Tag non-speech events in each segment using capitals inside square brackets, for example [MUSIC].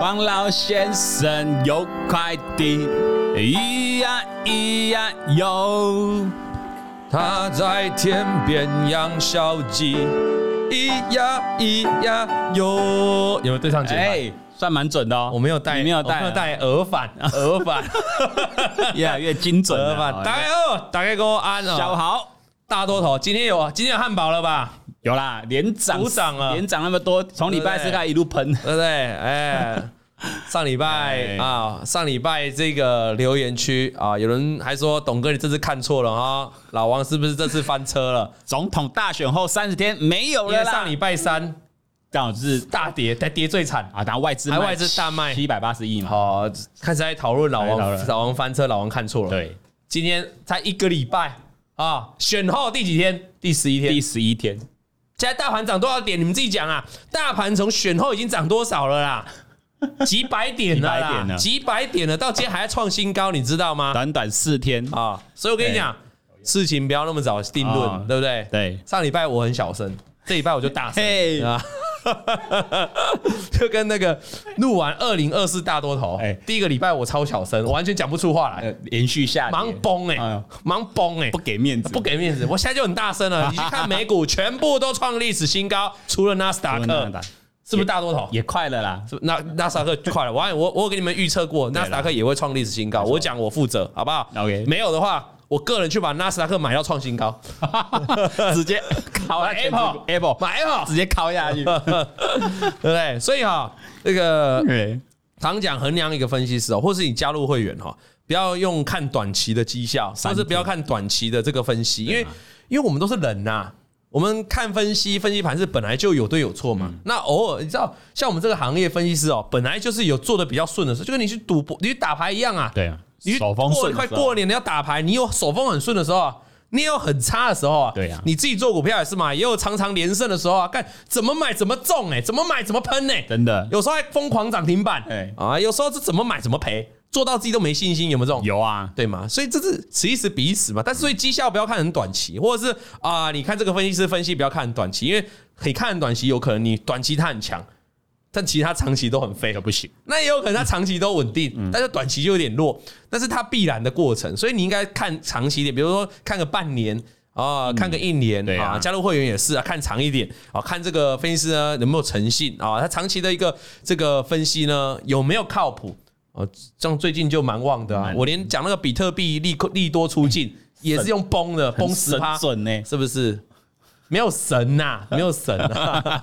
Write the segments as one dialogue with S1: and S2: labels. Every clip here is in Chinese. S1: 王老先生有快递，咿呀咿呀哟，
S2: 他在天边养小鸡，咿呀咿呀哟。有没有对上节拍？
S1: 哎，算蛮准的哦。
S2: 我没有带，
S1: 你没有
S2: 我没
S1: 带，
S2: 有，带耳返，耳 [LAUGHS] 返，
S1: [LAUGHS] 越来越精准
S2: 耳
S1: 了。
S2: 返。
S1: 好
S2: 大家好，大家给我安
S1: 小
S2: 哦。
S1: 豪
S2: 大多头，今天
S1: 啊
S2: 有今天有汉堡了吧？
S1: 有啦，连涨
S2: 鼓掌了
S1: 连涨那么多，从礼拜四开始一路喷。
S2: 对不对？哎，上礼拜
S1: [LAUGHS] 哎
S2: 啊，上礼拜这个留言区啊，有人还说董哥你这次看错了哈，老王是不是这次翻
S1: [LAUGHS]
S2: 车了？
S1: 总统大选后三十天没有
S2: 因为
S1: 了啦，
S2: 上礼拜三
S1: 导致
S2: 大跌，但跌最惨。
S1: 啊，然后外资卖
S2: 还外资大卖
S1: 七百八十亿嘛。
S2: 好，开始在讨论老
S1: 开始讨
S2: 王
S1: 论
S2: 老王翻车，老王看错了。，
S1: 对，
S2: 今天才一个礼拜啊，选后第几天？第十一天。
S1: 第十一天，
S2: 现在大盘涨多少点？你们自己讲啊！大盘从选后已经涨多少
S1: [LAUGHS]
S2: 了啦？几百点了
S1: 几百点
S2: 啦，
S1: 了
S2: 几百点了，到今天还在创新高，你知道吗？
S1: 短短四天啊，
S2: 啊，所以我跟你讲，事情不要那么早定论，
S1: 啊
S2: 对不对？
S1: 对，
S2: 上礼拜我很小声，这礼拜我就大声
S1: [LAUGHS] 嘿，
S2: 啊， [LAUGHS] 就跟那个录完二零二四大多头，
S1: 哎
S2: 第一个礼拜我超小声，我完全讲不出话来，
S1: 呃连续下跌
S2: 忙崩哎、
S1: 哎呦
S2: 忙崩哎、
S1: 不给面子，
S2: 不给面子，我现在就很大声了。你去看美股，全部都创历史新高，除了纳斯达
S1: 不能
S2: 克
S1: 让，他打
S2: 是不是大多头？
S1: 呃也快了 [LAUGHS] 啦，
S2: 是不是纳纳斯达克快了，我我我有给你们预测过，纳斯达克也会创历史新高。我讲我负责，好不好
S1: OK
S2: 没有的话，我个人去把纳斯达克买到创新 [LAUGHS] 高，
S1: 直接考
S2: 买 Apple
S1: Apple
S2: 买 Apple，
S1: 直接敲下去。
S2: 对不对？所以哈，那个
S1: [LAUGHS] 对，啊
S2: 常讲衡量一个分析师哦，或是你加入会员哈，不要用看短期的绩效，
S1: 三
S2: 或
S1: 天啊
S2: 是不要看短期的这个分析，因为因为我们都是人呐、我们看分析，分析盘是本来就有对有错嘛。
S1: 嗯
S2: 那偶尔你知道，像我们这个行业分析师哦，本来就是有做的比较顺的时候，就跟你去赌博、你去打牌一样啊。
S1: 对啊
S2: 你去
S1: 手风
S2: 过
S1: 顺的
S2: 快
S1: 时候
S2: 过年了要打牌，你有手风很顺的时候啊，你也有很差的时候啊。
S1: 对啊
S2: 你自己做股票也是嘛，也有常常连胜的时候啊，干怎么买怎么中哎、怎么买怎么喷哎、
S1: 真的
S2: 有时候还疯狂涨停板，
S1: 哎
S2: 啊，有时候是怎么买怎么赔，做到自己都没信心，有没有这种？
S1: 有啊，
S2: 对嘛？所以这是此一时彼一时嘛。但是所以绩效不要看很短期，或者是啊、你看这个分析师分析不要看很短期，因为你看很短期，有可能你短期它很强，但其实它长期都很废
S1: 这。不行，
S2: 那也有可能它长期都稳定，
S1: 嗯
S2: 但是短期就有点弱，但是它必然的过程，所以你应该看长期一点，比如说看个半年。啊、看个一年、
S1: 嗯对啊
S2: 加入会员也是啊，看长一点啊，看这个分析师呢有没有诚信啊，他长期的一个这个分析呢有没有靠谱啊？像最近就蛮旺的啊，
S1: 蛮
S2: 我连讲那个比特币利利多出尽也是用崩的，崩十
S1: 很
S2: 趴，
S1: 准呢。
S2: 是不是？没有
S1: [LAUGHS]
S2: 神呐、没有神呐、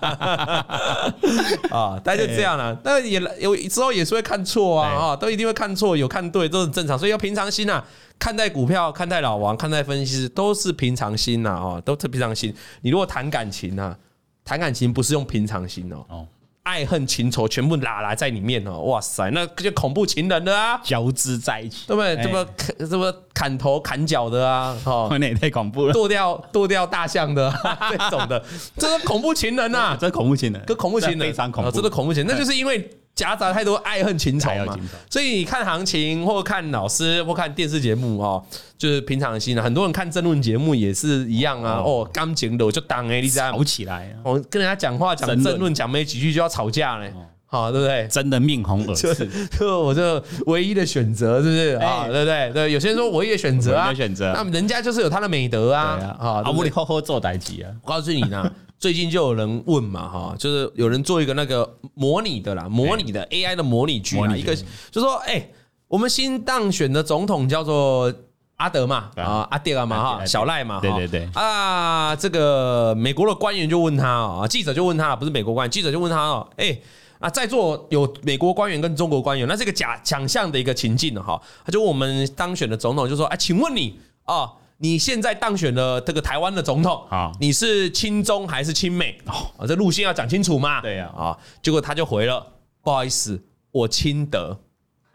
S2: 啊，大概就这样了、那也有之后也是会看错啊，
S1: 哎
S2: 啊，都一定会看错，有看对都很正常，所以要平常心呐、啊看待股票、看待老王、看待分析师都是平常心呐、啊，都是平常心。你如果谈感情呐、谈感情不是用平常心哦，
S1: 哦，
S2: 爱恨情仇全部拉拉在里面哦，哇塞，那就恐怖情人了啊，
S1: 交织在一起，
S2: 对不对？
S1: 哎
S2: 这么砍这么砍头砍脚的啊，
S1: [LAUGHS]
S2: 哦，
S1: 那也太恐怖了，
S2: 剁掉剁掉大象的 [LAUGHS] 这种的，这是恐怖情人呐、
S1: 这恐怖情人，哦
S2: 这恐怖情人
S1: 这非常恐
S2: 啊
S1: 怖，
S2: 这是恐怖情人，那就是因为夹杂太多爱恨情仇
S1: 爱
S2: 嘛
S1: 恨情仇。
S2: 所以你看行情或看老师或看电视节目哦，就是平常心啊。很多人看争论节目也是一样啊，哦，感情的我就当哎，你知道吗
S1: 吵起来啊，
S2: 我跟人家讲话讲
S1: 争论
S2: 争论讲没几句就要吵架嘞，
S1: 哦
S2: 好对不对？
S1: 真的面红耳
S2: 就
S1: 赤。
S2: 就我这唯一的选择，是不是啊？
S1: 哎
S2: 对不对？对，有些人说唯一的选择啊，
S1: 唯一的选择
S2: 那人家就是有他的美德
S1: 对
S2: 啊，
S1: 啊，
S2: 啊，
S1: 啊，
S2: 对不
S1: 我
S2: 对
S1: 得好好做代志啊，
S2: 我告诉你呢， [LAUGHS] 最近就有人问嘛，哈，就是有人做一个那个模拟的啦，模拟的 AI 的模拟剧
S1: 哎模
S2: 啦，
S1: 拟
S2: 一
S1: 剧
S2: 个就说，哎、我们新当选的总统叫做阿德嘛，
S1: 对啊
S2: 啊，阿德啊嘛，
S1: 阿
S2: 哈，
S1: 德
S2: 小赖嘛，
S1: 对
S2: 哈
S1: 对对
S2: 啊，这个美国的官员就问他哦，记者就问他，不是美国官员，记者就问他哦，哎、啊，在座有美国官员跟中国官员，那是一个假想象的一个情境了哈。他就问我们当选的总统就说：“哎、请问你啊、你现在当选了这个台湾的总统
S1: 好
S2: 你是亲中还是亲美？啊，这路线要讲清楚嘛。
S1: 对呀
S2: 啊，结果他就回了：不好意思，我亲德。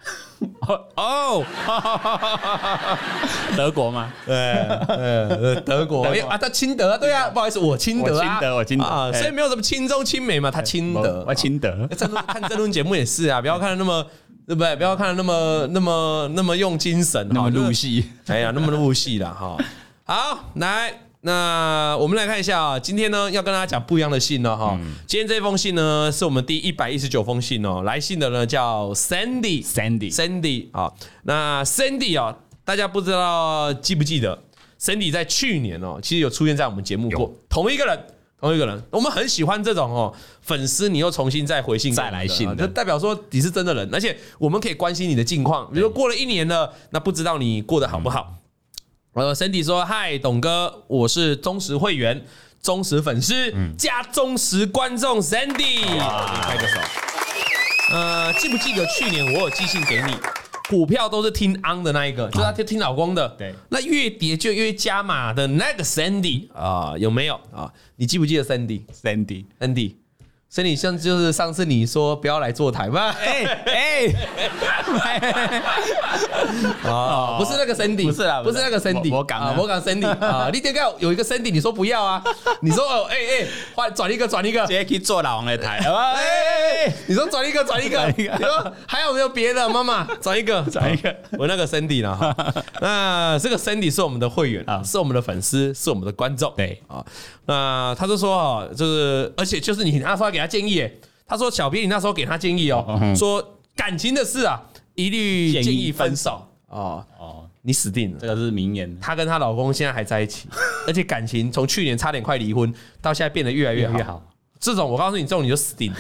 S2: [LAUGHS] 哦，
S1: 德国吗？
S2: 呃，
S1: [LAUGHS]
S2: 德国哎啊，他亲德啊，对啊，不好意思，我亲德啊，
S1: 我亲德我亲德
S2: 啊，
S1: 哎
S2: 所以没有什么亲中亲美嘛，他亲德，
S1: 我亲德，
S2: 争论看争论节目也是啊，不要看得那么。对不对？不要看得那么、那么、那么用精神，
S1: 那么
S2: 哈
S1: 入戏，
S2: 哎呀，那么入戏了哈。好，来那我们来看一下啊，今天呢要跟大家讲不一样的信了哈。
S1: 嗯
S2: 今天这封信呢是我们第一百一十九封信哦，来信的呢叫 Sandy
S1: Sandy，
S2: Sandy 啊、那 Sandy 啊、大家不知道记不记得，Sandy 在去年哦，其实有出现在我们节目过，同一个人。同一个人，我们很喜欢这种哦，粉丝你又重新再回信给我们的啊，
S1: 再来信的
S2: 就代表说你是真的人，而且我们可以关心你的近况。比如说过了一年了，那不知道你过得好不
S1: 嗯
S2: 好？呃，Sandy 说：“嗨，董哥，我是忠实会员、忠实粉丝、
S1: 嗯
S2: 加忠实观众 Sandy。”
S1: 拍个手，
S2: 呃，记不记得去年我有寄信给你，啊股票都是听昂的那一个，就是他听老公的。
S1: 对
S2: 那越跌就越加码的那个 Sandy 啊，有没有啊？你记不记得 Sandy？Sandy，Sandy。
S1: Sandy。
S2: Sandy 像就是上次你说不要来坐台嘛，
S1: 哎
S2: [LAUGHS]
S1: 哎，
S2: 哦，不是那个 Sandy，
S1: 不是啦
S2: 不是那个
S1: 不是
S2: Sandy，
S1: 我我港啊
S2: 啊我港 Sandy 啊，你这个有一个 Sandy，你说不要啊，你说哦，哎哎，换转一个转一个，
S1: Jacky 做老王的台，
S2: 哎哎，哎你说转一个，转一个，
S1: 转
S2: 你
S1: 一个
S2: 说还有没有别的？妈妈，转一个，
S1: 转一个。
S2: 我那个 Sandy 了哈，那这个 Sandy 是我们的会员
S1: 啊
S2: 是我们的粉丝，是我们的观众。
S1: 对
S2: 啊，那他就说啊，就是而且就是你那时候给他建议耶，他说小编你那时候给他建议哦，说感情的事啊，一律
S1: 建议
S2: 建议分手哦，
S1: 哦，
S2: 你死定了
S1: 这。个是名言，
S2: 她跟她老公现在还在一 [LAUGHS] 起，而且感情从去年差点快离婚，到现在变得越来越好。
S1: 越好
S2: 这种我告诉你，这种你就死 [LAUGHS] 定了。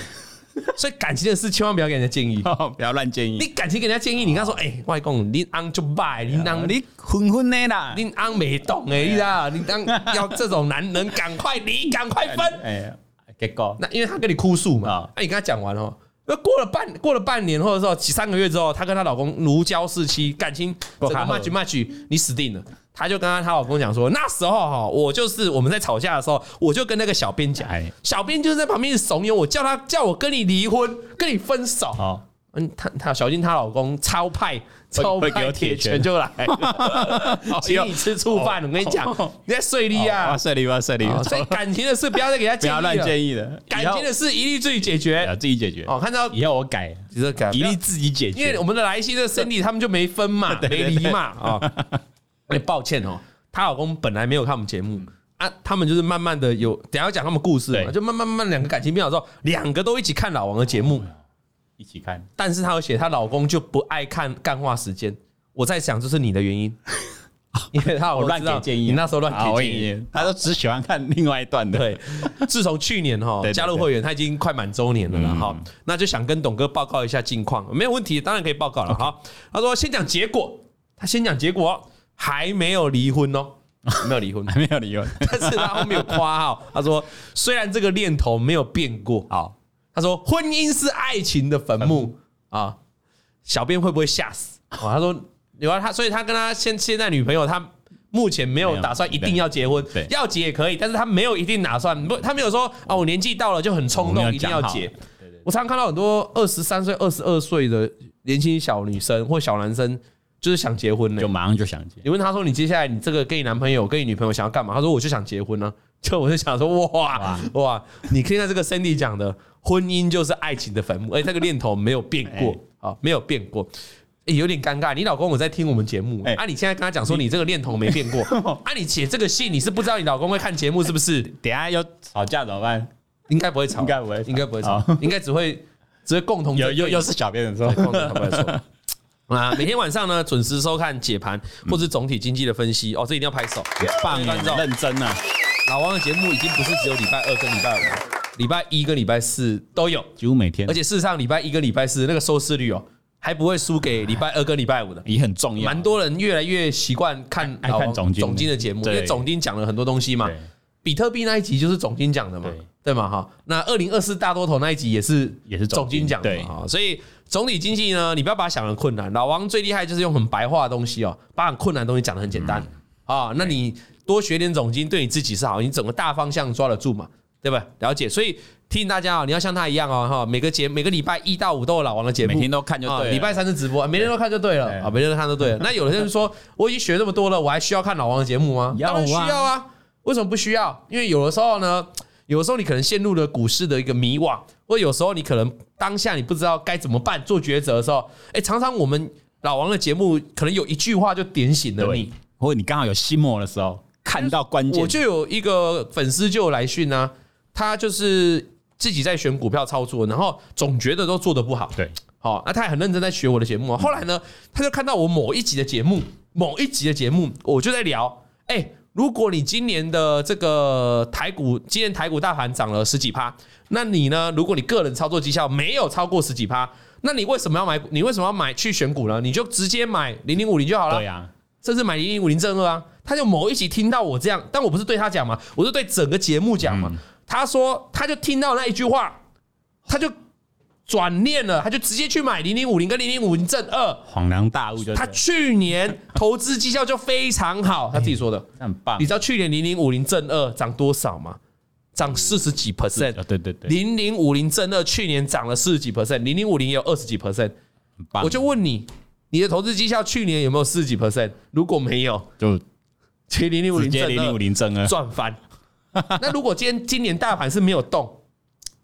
S2: 所以感情的事千 [LAUGHS] 万不要给人家建议。
S1: 不要乱建议
S2: 你。感情给人家建议，你跟他说：“哎、外公，你昂就拜，你昂哎你
S1: 你混混的啦，
S2: 你昂没懂哎，你知道？你当要这种男人，赶快离，赶快分。
S1: 哎，结果
S2: 那因为她跟你哭诉嘛
S1: 啊，
S2: 那、你跟她讲完哦，那过了半过了半年或者说几三个月之后，她跟她老公如胶似漆，感情
S1: 不
S2: 整个
S1: 好
S2: match match，你死定了。她就跟她她老公讲说，那时候哈，我就是我们在吵架的时候，我就跟那个小编讲
S1: 哎，
S2: 小编就是在旁边怂恿我，叫他叫我跟你离婚，跟你分手。
S1: 好，
S2: 嗯，她她小心她老公超派超
S1: 会给
S2: 派
S1: 我
S2: 铁
S1: 铁拳
S2: 拳就
S1: [LAUGHS]
S2: 来了，请你吃醋饭。我跟你讲
S1: 哦，
S2: 你在睡力啊哦
S1: 哇，。塞里哇塞里，
S2: 所以感情的事不要再给他
S1: 不
S2: 建议啊
S1: 要乱
S2: 了。
S1: 建议的，
S2: 感情的事一律自己解
S1: 以后
S2: 决。
S1: 自己解决。
S2: 哦，看到
S1: 以后我改，
S2: 你这改
S1: 一律自己解
S2: 因为
S1: 决
S2: 我。们的莱西的身体他们就没分嘛，
S1: 对
S2: 没
S1: 对
S2: 离
S1: 对
S2: 嘛 [LAUGHS] 啊。哎，抱歉哦，她老公本来没有看我们节目啊，他们就是慢慢的有，等一下讲他们故事嘛，
S1: 对
S2: 就慢慢慢慢两个感情变好之后，两个都一起看老王的节目，
S1: 一起看，
S2: 但是她有写她老公就不爱看干话时间，我在想这是你的
S1: [LAUGHS]
S2: 原因，因为她老
S1: 我
S2: 公
S1: 乱
S2: 知道
S1: 给建议。
S2: 你那时候乱
S1: 啊我
S2: 给建议。
S1: 也他都只喜欢看另外一段的。
S2: 对，自从去年哈
S1: 对嗯对
S2: 加入会员，他已经快满周年了啦哈，那就想跟董哥报告一下近况，没有问题，当然可以报告
S1: 嗯
S2: 了哈。他说先讲结果，他先讲结果，还没有离婚
S1: [LAUGHS]，
S2: 哦，没有离婚
S1: 还没有理由。
S2: [LAUGHS] 但是他后面有夸号，他说虽然这个念头没有变过，啊
S1: 好，
S2: 他说婚姻是爱情的坟墓啊，小编会不会吓死？哦，他说有啊，他所以他跟他现现在女朋友他。目前没
S1: 没
S2: 有
S1: 有
S2: 打算一定要结婚
S1: 对，
S2: 要结也可以，但是他没有一定打算，不，他没有说啊，我年纪到了就很冲
S1: 我们
S2: 动
S1: 要
S2: 一定要
S1: 讲好
S2: 结。我常常看到很多二十三岁、二十二岁的年轻小女生或小男生，就是想结婚呢、
S1: 就马上就想
S2: [LAUGHS]
S1: 接。
S2: 你问他说：“你接下来你这个跟你男朋友、跟你女朋友想要干嘛？”他说：“我就想结婚呢、 [LAUGHS] 就我就想说，哇哇，你听到这个 Cindy 讲的，婚姻就是爱情的坟墓，哎而且这个念头没有变
S1: 哎
S2: 过啊，没有变过。诶有点尴尬，你老公我在听我们节目，
S1: 哎
S2: 啊，你现在跟他讲说你这个念头没
S1: [LAUGHS]
S2: 变过，啊，你写这个信，你是不知道你老公会看节目是不是？
S1: 等一下要吵架怎么办？
S2: 应该不会吵，
S1: 应该不会吵
S2: 应该不会吵 [LAUGHS]
S1: 好，
S2: 应该只会只会共同
S1: 有又又是小编的时
S2: [LAUGHS] 对
S1: 候，
S2: 共同谈判的时
S1: [LAUGHS]
S2: 候啊，每天晚上呢准时收看解盘
S1: 嗯
S2: 或是总体经济的分析哦，这一定要拍手。
S1: 棒
S2: 各位观众
S1: 耶，认真啊，
S2: 老王的节目已经不是只有礼拜二跟礼拜五，礼拜一跟礼拜四都有，
S1: 几乎每天
S2: 而，且事实上礼拜一跟礼拜四那个收视率哦，还不会输给礼拜二跟礼拜五的。
S1: 也很重要，
S2: 蛮多人越来越习惯看
S1: 爱爱看
S2: 老王
S1: 总经
S2: 总经的节目，因
S1: 对
S2: 为总经讲了很多东西嘛
S1: 对。
S2: 比特币那一集就是总经讲的嘛
S1: 对，
S2: 对嘛哈？那二零二四大多头那一集也是
S1: 也是
S2: 总
S1: 总经
S2: 经讲的
S1: 对
S2: 嘛哈。所以总体经济呢，你不要把它想的困难。老王最厉害就是用很白话的东西哦，把很困难的东西讲的很简单
S1: 嗯
S2: 啊。那你多学点总经，对你自己是好，你整个大方向抓得住嘛，对吧？了解。所以提醒大家哦，你要像他一样哦哈，每个节每个礼拜一到五都有老王的节目，
S1: 每天都看就
S2: 啊，
S1: 对了。
S2: 礼拜三是直播，每天都看就对了
S1: 对
S2: 啊，每天都看就对了。那有的人说，我已经学这么多了，我还需要看老王的节目吗？
S1: 要啊
S2: 当然需要啊，为什么不需要？因为有的时候呢，有的时候你可能陷入了股市的一个迷惘，或有时候你可能当下你不知道该怎么办做抉择的时候，哎，常常我们老王的节目可能有一句话就点醒了
S1: 对
S2: 你，
S1: 或者你刚好有心魔的时候，看到关键
S2: 我，就有一个粉丝就有来讯啊，他就是自己在选股票操作，然后总觉得都做得不好。
S1: 对，
S2: 好、那他也很认真在学我的节目、啊。后来呢，他就看到我某一集的节目，某一集的节目，我就在聊，哎、如果你今年的这个台股，今年台股大盘涨了十几趴，那你呢？如果你个人操作绩效没有超过十几趴，那你为什么要买？你为什么要买去选股呢？你就直接买零零五零就好了。
S1: 对啊，
S2: 甚至买零零五零正二啊。他就某一集听到我这样，但我不是对他讲嘛，我是对整个节目讲嘛。他说，他就听到那一句话，他就转念了，他就直接去买零零五零跟零零五零正二。
S1: 恍然大悟就
S2: 他
S1: 是
S2: 去年投资绩效就非常好，他自己说的。
S1: 这很棒
S2: 你，知道去年零零五零正二涨多少吗？涨四十几 percent。
S1: 哦对对对，
S2: 零零五零正二去年涨了四十几 percent，零零五零也有二十几 percent。
S1: 很棒，
S2: 我就问你，你的投资绩效去年有没有四十几 percent？如果没有，
S1: 就
S2: 去零零五
S1: 直
S2: 零
S1: 接零零五零正二，啊 [LAUGHS]
S2: 赚翻。那如果今天今年大盘是没有动，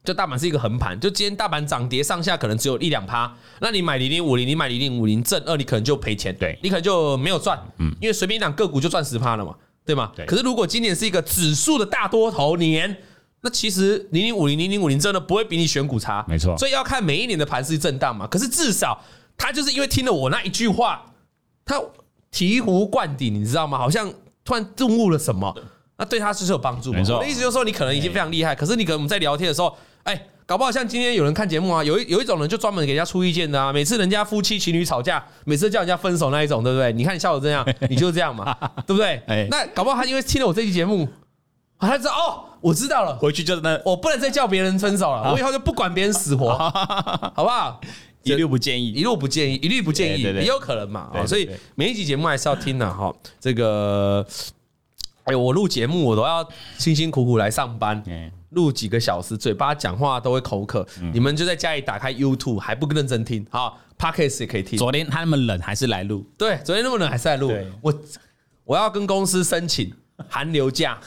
S2: 就大盘是一个横盘，就今天大盘涨跌上下可能只有一两趴，那你买零零五零，你买零零五零正二，你可能就赔钱，
S1: 对嗯
S2: 你可能就没有赚，因为随便一档个股就赚十趴了嘛，对吗？
S1: 对
S2: 可是如果今年是一个指数的大多头年。那其实零零五零零零五零真的不会比你选股差，
S1: 没错
S2: 所以要看每一年的盘势震荡嘛。可是至少他就是因为听了我那一句话，他醍醐灌顶，你知道吗？好像突然顿悟了什么，那对他是是有帮助嘛
S1: 没。错
S2: 我的意思就是说，你可能已经非常厉害，可是你可能我们在聊天的时候，哎，搞不好像今天有人看节目啊，有一有一种人就专门给人家出意见的啊，每次人家夫妻情侣吵架，每次叫人家分手那一种，对不对？你看你笑得这样，你就是这
S1: [LAUGHS]
S2: 样嘛，对不
S1: 哎
S2: 对？那搞不好他因为听了我这期节目，啊他知道哦，我知道了，
S1: 回去就是那
S2: 我不能再叫别人分手了，我以后就不管别人
S1: [LAUGHS]
S2: 死活，好不好？
S1: 一律不建议，
S2: 一路不建议，一律不建议，
S1: 对对对
S2: 也有可能嘛。
S1: 对对
S2: 啊，所以每一集节目还是要听的哈。这个，哎呦，我录节目我都要辛辛苦苦来上班，
S1: 嗯，
S2: 录几个小时，嘴巴讲话都会口渴。你们就在家里打开 YouTube，还不认真听啊 p o d c a s t 也可以听。
S1: 昨天他们冷还是来录，
S2: 对，昨天那么冷还是在录
S1: 对，
S2: 我我要跟公司申请寒流假，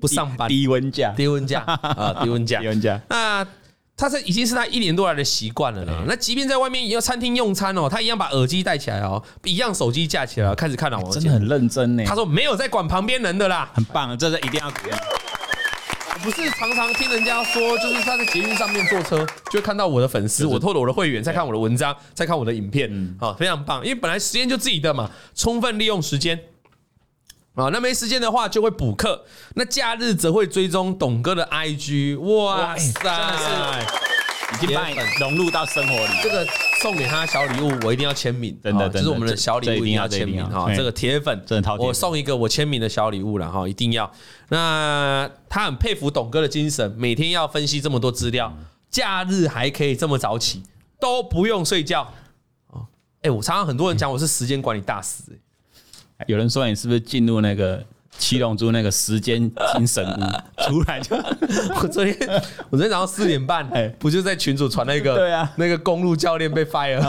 S2: 不上
S1: [LAUGHS]
S2: 班，
S1: 低温价，
S2: 低温假啊，低温假
S1: [LAUGHS] 低，温价，
S2: 那他这已经是他一年多来的习惯了呢。那即便在外面也要餐厅用餐哦，他一样把耳机戴起来哦，一样手机架起来哦，开始看老王
S1: 真的。很认真呢，
S2: 他说没有在管旁边人的啦，
S1: 很棒，啊这是一定要鼓励，
S2: 我不是常常听人家说，就是他在捷运上面坐车，就会看到我的粉丝，我透露我的会员，在看我的文章，在看我的影片，好，非常棒，因为本来时间就自己的嘛，充分利用时间。啊，那没时间的话就会补课，那假日则会追踪董哥的 IG，哇
S1: 哇
S2: 塞，
S1: 真的是已经把你融入到生活里，
S2: 这个送给他小礼物，我一定要签名，
S1: 真的
S2: 哦
S1: 真的
S2: 这是我们的小礼
S1: 这
S2: 物，
S1: 这一定要
S2: 签名
S1: 这一定要
S2: 哈。
S1: 嘿
S2: 这个铁粉，
S1: 真的超铁粉
S2: 我送一个我签名的小礼物了哈，一定要。那他很佩服董哥的精神，每天要分析这么多资料，
S1: 嗯
S2: 假日还可以这么早起，都不用睡觉。哦，哎，我常常很多人讲我是时间管理大师，哎
S1: [LAUGHS] 有人说你是不是进入那个七龙珠那个时间精神 [LAUGHS] 屋，突然就
S2: 我昨天我昨天早上四点半
S1: 哎，
S2: 不就在群主传那
S1: [LAUGHS]
S2: 个
S1: 对啊
S2: 那个公路教练
S1: [LAUGHS]
S2: 被 fire，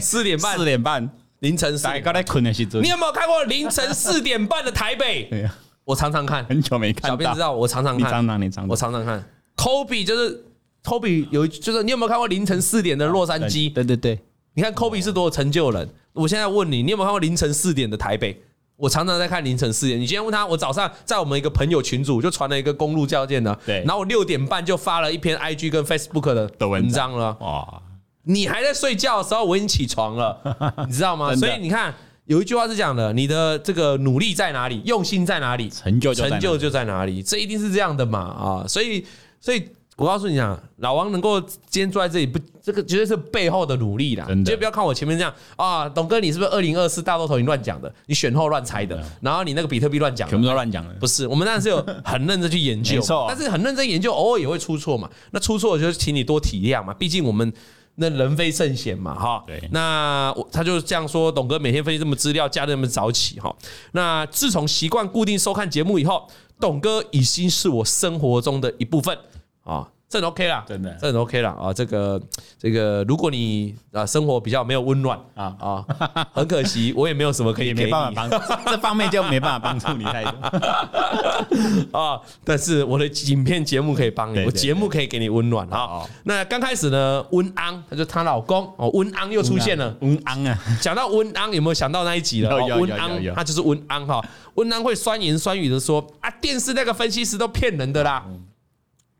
S2: 四点半
S1: 哎四点半，
S2: 凌晨四
S1: 大
S2: 点
S1: 家
S2: 半。
S1: 在困的时候
S2: 你，有没有看过凌晨四点半的台
S1: [LAUGHS]
S2: 北？
S1: 对呀，啊
S2: 我常常看，
S1: 很久没看
S2: 小编
S1: 到
S2: 知，道我常常
S1: 你
S2: 看，
S1: 张张你张
S2: 我
S1: 张，
S2: 常常看。Kobe 就是 Kobe 有一就是你有没有看过凌晨四点的洛杉矶？
S1: 对对对，
S2: 你看 Kobe 是多有成就人。我现在问你，你有没有看过凌晨四点的台北？我常常在看凌晨四点。你今天问他，我早上在我们一个朋友群组就传了一个公路教练的，
S1: 对
S2: 然后我六点半就发了一篇 IG 跟 Facebook 的
S1: 的文
S2: 文章了。
S1: 哇，
S2: 你还在睡觉的时候，我已经起床
S1: [LAUGHS]
S2: 了，你知道吗？
S1: 真的
S2: 所以你看，有一句话是讲的，你的这个努力在哪里，用心在哪里，
S1: 成就就在哪
S2: 成
S1: 里
S2: 就就在哪里，这一定是这样的嘛啊！所以，所以我告诉你啊，老王能够今天坐在这里，不，这个绝对是背后的努力啦。
S1: 真的
S2: 就不要看我前面这样啊，董哥，你是不是二零二四大多头你乱讲的，你选后乱猜的，然后你那个比特币乱讲
S1: 啊
S2: 的
S1: 全，部都乱讲了，
S2: 不是，我们当然是有很认真去研究
S1: 没，错
S2: 但是很认真研究，偶尔也会出错嘛。那出错就是请你多体谅嘛，毕竟我们那人非圣贤嘛，哈。
S1: 对
S2: 那我他就这样说，董哥每天分析这么资料，假日那么早起哈。那自从习惯固定收看节目以后，董哥已经是我生活中的一部分啊。这很 OK 啦，
S1: 真的
S2: 这很 OK 啦啊！这个这个，如果你啊生活比较没有温暖
S1: 啊
S2: 啊，很可惜，我也没有什么可以
S1: [LAUGHS] 也
S2: 给
S1: 没
S2: 你
S1: 办法帮，这方面就没办法帮助你太多。
S2: 啊，但是我的影片节目可以帮你，
S1: 对
S2: 我
S1: 对
S2: 节目可以给你温暖啊
S1: 好。
S2: 那刚开始呢，温安，她就她老公哦，温安又出现了。
S1: 嗯昂啊，
S2: [LAUGHS] 讲到温安，有没有想到那一集了？
S1: 有
S2: 哦
S1: 有有
S2: 温
S1: 有
S2: 安，
S1: 有
S2: 他就是温安哈。温安会酸言酸语的说啊，电视那个分析师都骗人的啦。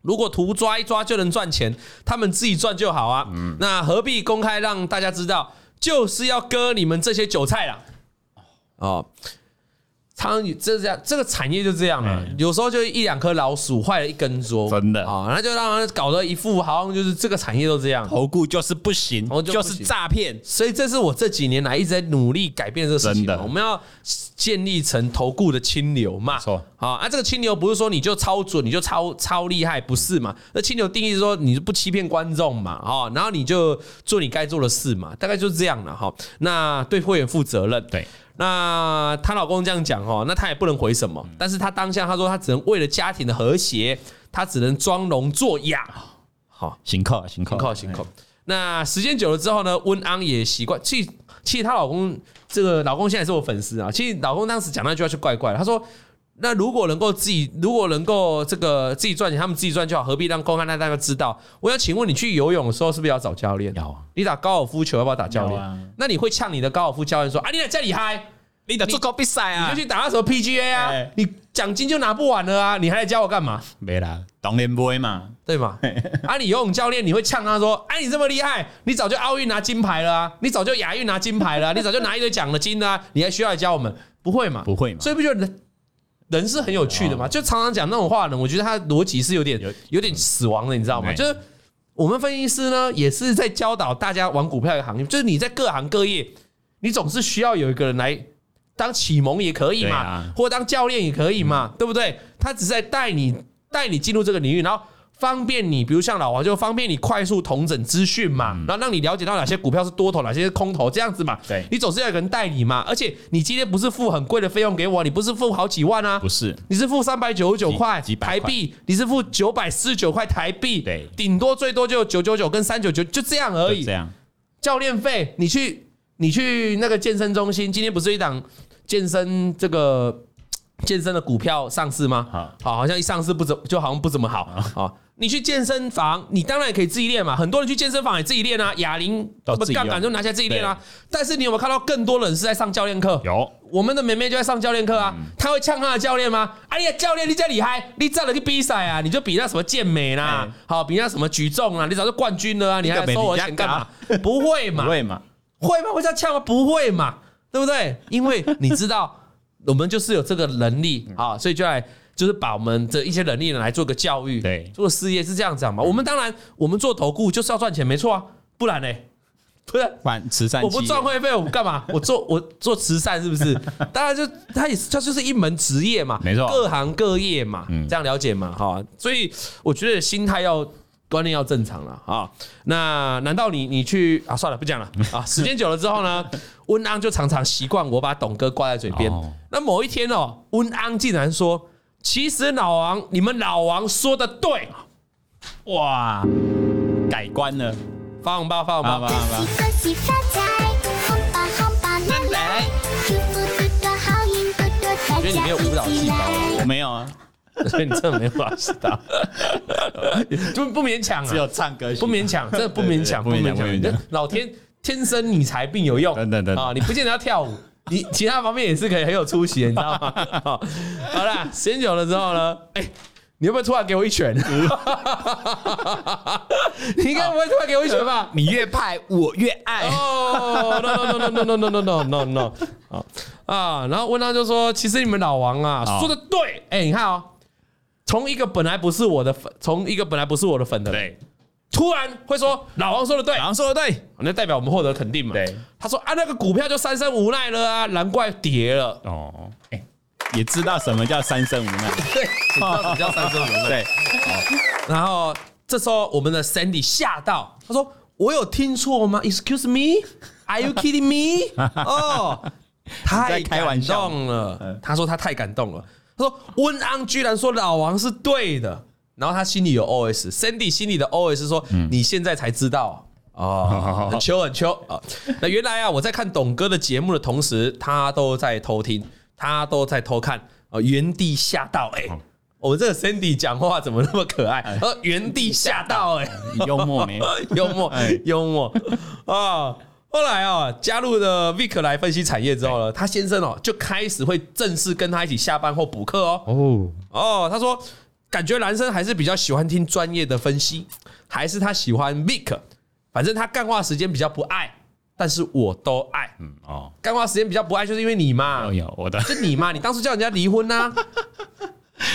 S2: 如果图抓一抓就能赚钱，他们自己赚就好啊。
S1: 嗯
S2: 那何必公开让大家知道？就是要割你们这些韭菜啦。哦，苍蝇这这样，这个产业就这样啊。有时候就一两颗老鼠坏了一根桌，
S1: 嗯真的
S2: 啊，那就让人搞得一副好像就是这个产业都这样。
S1: 投顾就是不行
S2: 哦，就不
S1: 就
S2: 行
S1: 是诈骗。
S2: 所以这是我这几年来一直在努力改变这个事情
S1: 真
S2: 嘛。
S1: 的
S2: 我们要建立成投顾的清流嘛。
S1: 错
S2: 好啊，这个清流不是说你就超准，你就超超厉害，不是嘛？那清流定义是说你不欺骗观众嘛，哦，然后你就做你该做的事嘛，大概就是这样了哈。那对会员负责任，
S1: 对，
S2: 那她老公这样讲哦，那她也不能回什么，但是她当下她说她只能为了家庭的和谐，她只能装聋作哑。哦好，
S1: 行扣，啊行扣，哎
S2: 辛苦辛苦。那时间久了之后呢，温安也习惯。其实其实她老公这个老公现在是我粉丝啊。其实老公当时讲那句话就怪怪的，他说。那如果能够自己，如果能够这个自己赚钱，他们自己赚就好，何必让公开让大家知道？我要请问你去游泳的时候是不是要找教练？
S1: 要啊
S2: 你打高尔夫球要不要打教
S1: 要啊
S2: 练？那你会呛你的高尔夫教练说啊，你在家里嗨，
S1: 你得做够比赛
S2: 你
S1: 啊
S2: 就，去打那什么 PGA 啊
S1: 哎，
S2: 你奖金就拿不完了啊，你还来教我干嘛？
S1: 没啦，当然不会
S2: [LAUGHS]
S1: 嘛，
S2: 对嘛？啊，你游泳教练你会呛他说：“哎、你这么厉害，你早就奥运拿金牌了啊，你早就亚运拿金牌了啊、你早就拿一堆奖了金了啊，你还需要来教我们？不会嘛？
S1: 不会嘛，哦
S2: 所以不觉得人人是很有趣的嘛？就常常讲那种话的人，我觉得他的逻辑是有点
S1: 有
S2: 有点死亡的，你知道吗？
S1: 哎
S2: 就是我们分析师呢，也是在教导大家玩股票的行业，就是你在各行各业，你总是需要有一个人来当启蒙也可以
S1: 对
S2: 嘛，
S1: 啊
S2: 或当教练也可以
S1: 嗯
S2: 嘛，对不对？他只是在带你带你进入这个领域，然后。方便你，比如像老王，就方便你快速统整资讯嘛，然后让你了解到哪些股票是多头，哪些是空头，这样子嘛。
S1: 嗯对
S2: 你总是要有个人代理嘛，而且你今天不是付很贵的费用给我，你不是付好几万啊
S1: 不，是
S2: 你是付三百九十九块
S1: 几百
S2: 台
S1: 块
S2: 币，你是付九百四十九块台币，
S1: 对
S2: 顶多最多就九九九跟三九九，就这样而
S1: 就
S2: 已
S1: 这。样，
S2: 教练费，你去你去那个健身中心，今天不是一档健身这个健身的股票上市吗？
S1: 好
S2: 好，好像一上市不怎就好像不怎么好啊。你去健身房，你当然也可以自己练嘛。很多人去健身房也自己练啊，哑铃
S1: 都
S2: 不
S1: 自己
S2: 杠杆
S1: 用
S2: 就拿起来自己练啊。但是你有没有看到更多人是在上教练课？
S1: 有
S2: 我们的妹妹就在上教练课啊，
S1: 嗯
S2: 她会呛她的教练吗？哎呀，教练你这厉害，你站了去比赛啊，你就比那什么健美啦
S1: 哎，
S2: 好比那什么举重啊，你早就冠军了啊，你还来
S1: 你
S2: 收
S1: 干嘛
S2: 我钱干嘛？不会
S1: 不
S2: 嘛，
S1: 会嘛，
S2: 会吗？会这样呛吗？不会嘛，对不对？因为你知道，我们就是有这个能力
S1: 嗯
S2: 啊，所以就来就是把我们的一些能力呢来做个教育，
S1: 对嗯
S2: 做事业是这样子嘛。我们当然，我们做投顾就是要赚钱，没错啊，不然呢？ [LAUGHS] 啊不然
S1: 换慈善
S2: 我
S1: 企
S2: 不
S1: 业
S2: 赚会费，我干嘛？ [LAUGHS] 我做我做慈善是不 [LAUGHS] 是？当然就他也是他就是一门职业嘛，
S1: 没错
S2: 各行各业嘛，这样了解嘛，哈。所以我觉得心态要观念要正常了啊。那难道你你去啊？算了，不讲了啊。时间久了之后呢，温安就常常习惯我把董哥挂在嘴边
S1: 哦。
S2: 那某一天哦，温安竟然说：“其实老王，你们老王说的对，
S1: 哇，改观了，
S2: 发红包发红
S1: 好吧
S2: 包。”
S1: 好吧，
S3: 恭喜发财，红包红包拿来，祝福多多好运多多，大
S2: 哎觉得你没有
S3: 家
S2: 舞蹈
S3: 一
S2: 细
S3: 起
S2: 胞
S3: 来
S1: 我。没有啊，
S2: [LAUGHS] 所以你真的没办法知 [LAUGHS] 道，就不勉强啊，
S1: 只有唱歌，
S2: 不勉强，真的不勉强，
S1: 对对对不勉强
S2: 强。
S1: 不勉强
S2: 你老天天生你材必有用，
S1: 等等等等
S2: 啊！你不见得要跳舞，你其他方面也是可以很有出息的，你知道
S1: [LAUGHS]
S2: 吗？好好啦，时间久了之后呢，哎、你会不会突然给我一拳？ [LAUGHS] 你应该不会突然给我一拳吧？
S1: 啊你越派我越爱
S2: 哦、no no no no no no no no no no 啊啊！然后问他就说，其实你们老王啊、
S1: 哦
S2: 说的对，哎、你看哦，从一个本来不是我的粉，从一个本来不是我的粉的人，
S1: 对，
S2: 突然会说老王说的对，
S1: 然后说的对，
S2: 那代表我们获得肯定嘛。
S1: 对，
S2: 他说啊，那个股票就三生无奈了啊，难怪跌了。
S1: 哦，哎，也知道什么叫三生无奈，
S2: 对，到底叫三生无奈？
S1: 对，
S2: 然后这时候我们的 Sandy 吓到，他说：“我有听错吗？Excuse me，Are you
S1: [LAUGHS]
S2: kidding me？” 哦，太
S1: 你在开
S2: 感
S1: 玩笑
S2: 动了。他说他太感动了。他说温安居然说老王是对的，然后他心里有 OS。Sandy 心里的 OS 说：“你现在才知道。”哦，很秋很秋啊！那原来啊，我在看董哥的节目的同时，他都在偷听，他都在偷看，呃，原地吓到哎、我们这个 Sandy 讲话怎么那么可爱？呃，原地吓到哎、
S4: 幽默呢？
S2: [LAUGHS] 幽默，
S4: 哎
S2: 幽默啊！后来啊，加入了 Vic 来分析产业之后呢，他先生哦就开始会正式跟他一起下班后补课哦。
S1: 哦，
S2: 哦，他说感觉男生还是比较喜欢听专业的分析，还是他喜欢 Vic，反正他干话时间比较不爱，但是我都爱。
S4: 嗯哦，
S2: 干话时间比较不爱，就是因为你嘛
S4: 哦，有我的，
S2: 就你嘛，你当初叫人家离婚
S4: [LAUGHS]
S2: 呐、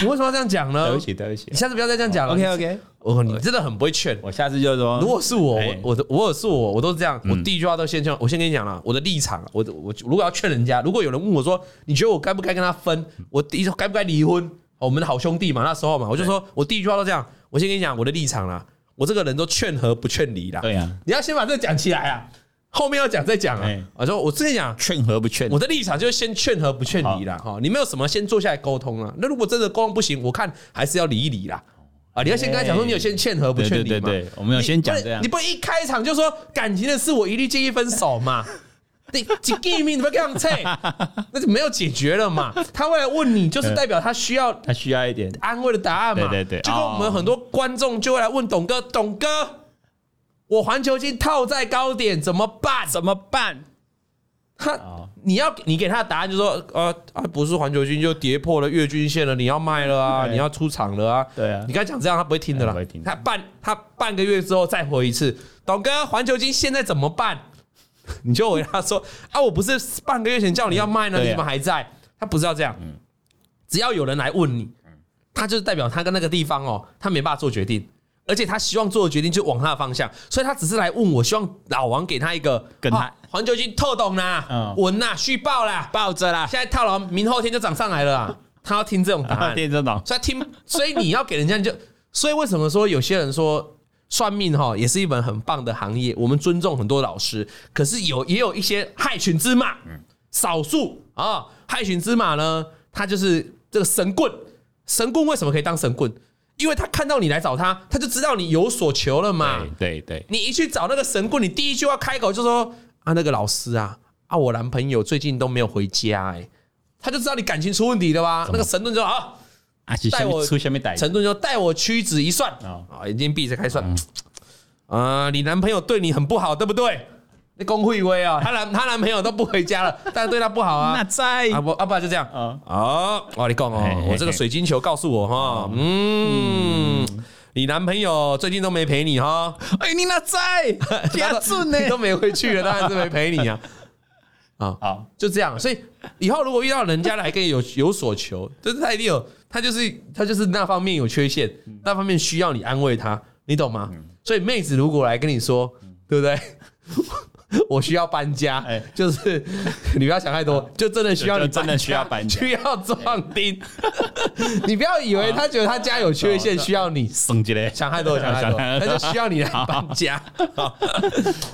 S2: 你为什么要这样讲
S4: 对
S2: 呢
S4: 不？起对不起
S2: 你下次不要再这样讲了。
S4: ，OK OK，
S2: 哦，你真的很不会劝。
S4: 我下次就说，
S2: 如果是我，我
S4: 哎嗯
S2: 我的我有是我，我都是这样。我第一句话都先劝，我先跟你讲了，我的立场，啊我我如果要劝人家，如果有人问我说，你觉得我该不该跟他分？
S4: 嗯
S2: 我第一该不该离婚？哦我们的好兄弟嘛，那时候嘛，我就说我第一句话都这样，我先跟你讲我的立场啦，我这个人都劝和不劝离啦。
S4: 对啊呀，
S2: 你要先把这个讲起来啊，后面要讲再讲啊
S4: 哎。
S2: 我说我之前讲，
S4: 劝和不劝
S2: 我的立场就是先劝和不劝离啦，哦哈，你没有什么先坐下来沟通啊。那如果真的沟通不行，我看还是要离一离啦。啊，你要先跟他讲说你有先劝和不
S4: 对
S2: 劝
S4: 对
S2: 离
S4: 对
S2: 嘛？
S4: 对，我们有先讲这样
S2: 你，不能一开场就说感情的事，我一律建议分手嘛？ [LAUGHS] 你几 give me 你不要这
S4: [LAUGHS]
S2: 样菜，那就没有解决了嘛？他会来问你，就是代表他需要
S4: 他需要一点，
S2: 安慰的答案嘛？
S4: 对对对
S2: 就跟我们很多观众就会来问董哥，董哥，我环球金套在高点怎么办？
S4: 怎么办？
S2: 他
S4: 哦
S2: 你要你给他的答案就说呃啊不是环球金就跌破了月均线了，你要卖了啊，
S4: 对
S2: 你要出场了啊。
S4: 对啊
S2: 你跟他讲这样，他不会听的啦。
S4: 他不会听
S2: 他半他半个月之后再回一次，董哥，环球金现在怎么办？ [LAUGHS] 你就回答说啊，我不是半个月前叫你要卖呢，
S4: 对啊嗯
S2: 你怎么还在？他不是要这样，只要有人来问你，他就是代表他跟那个地方哦，他没办法做决定。而且他希望做的决定就往他的方向，所以他只是来问我，希望老王给他一个
S4: 跟他
S2: 啊环球金透懂啦
S4: 嗯，
S2: 稳啦，续报啦，
S4: 抱着啦，
S2: 现在套牢，明后天就涨上来了啊。他要听这种答案，
S4: 啊电这种，
S2: 所以听，所以你要给人家你就，所以为什么说有些人说算命哈也是一门很棒的行业，我们尊重很多老师，可是有也有一些害群之马，少数啊害群之马呢，他就是这个神棍，神棍为什么可以当神棍？因为他看到你来找他，他就知道你有所求了嘛。
S4: 对对对，
S2: 你一去找那个神棍，你第一句话开口就说啊，那个老师啊，啊，我男朋友最近都没有回家、欸，他就知道你感情出问题了吧？那个神棍就说啊，
S4: 啊是
S2: 带
S4: 下
S2: 我
S4: 面出下面逮，
S2: 神盾就带我屈指一算
S4: 哦
S2: 啊，眼睛闭着开算啊，你男朋友对你很不好，对不对？那龚慧威啊，她男她男朋友都不回家了，但是对她不好啊
S1: [LAUGHS]
S4: 那。在
S2: 啊不啊不然就这样
S4: 哦
S2: 哦，我跟你讲
S4: 嘿嘿
S2: 哦，
S4: 嘿哦
S2: 我这个水晶球告诉我哈，嗯，你男朋友最近都没陪你哈，
S4: 哎，你那
S2: [LAUGHS]
S4: 在
S2: 他说你都没回去了，当然是没陪
S4: [LAUGHS]
S2: 你啊。啊，
S4: 好，
S2: 就这样。所以以后如果遇到人家来跟你有 [LAUGHS] 有所求，就是他一定有，他就是他就是那方面有缺陷，
S4: 嗯
S2: 那方面需要你安慰他，你懂吗？所以妹子如果来跟你说，对不对？ [LAUGHS] 我需要搬家
S4: 嗯哎，嗯
S2: 就是 [LAUGHS] 你不要想太多，就真的需要你
S4: 就就真的需要搬家哎
S2: 需要壮丁。 [LAUGHS] 你不要以为他觉得他家有缺陷需要你，
S4: 升级嘞，
S2: 想太多，想太多，
S4: 啊 [LAUGHS] 想太
S2: 那
S4: 多
S2: 就需要你来搬家。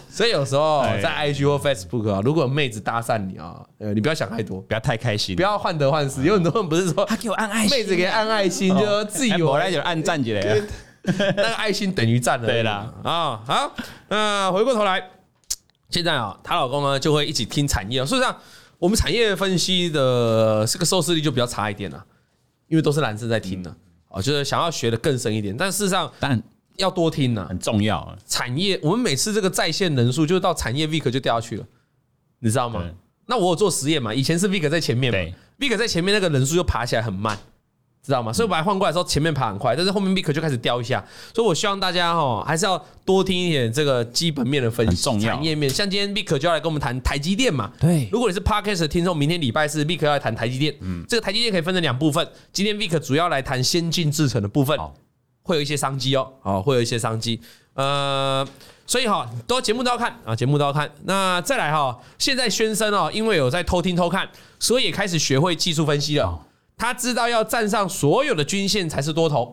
S2: 所以有时候
S4: 哎
S2: 在 IG 或 Facebook 啊，如果有妹子搭讪你啊，呃，你不要想太多，
S4: 不要太开心，
S2: 不要患得患失。有很多人不是说
S4: 给我按爱
S2: 妹子给按爱心，就说自己
S4: 哎
S2: 有
S4: 我来就按赞起来啊，
S2: 那个爱心等于赞了。
S4: 对啦，
S2: 啊，好，那回过头来，现在啊，她老公呢就会一起听产业。事实上，我们产业分析的这个收视率就比较差一点了，因为都是男生在听的。
S4: 嗯
S2: 哦，就是想要学的更深一点，但事实上
S4: 但
S2: 要多听呢、
S4: 很重要啊，
S2: 产业，我们每次这个在线人数就到产业 week 就掉下去了，你知道吗
S4: 对？
S2: 那我有做实验嘛？以前是 week 在前面嘛
S4: 对嗯
S2: ，week 在前面那个人数就爬起来很慢，知道吗？所以我把它换过来之后，前面爬很快，但是后面 week 就开始掉一下。所以我希望大家哦，还是要多听一点这个基本面的分析，
S4: 很重要
S2: 产业面。像今天 week 就要来跟我们谈台积电嘛，
S4: 对
S2: 如果你是 podcast 的听众，明天礼拜四 Vic 要来谈台积电，嗯，这个台积电可以分成两部分。今天 Vic 主要来谈先进制程的部分
S4: 好，
S2: 会有一些商机哦，哦，会有一些商机。呃，所以哈、都节目都要看啊，节目都要看。那再来哈、现在宣生哦，因为有在偷听偷看，所以也开始学会技术分析了。他知道要站上所有的均线才是多头，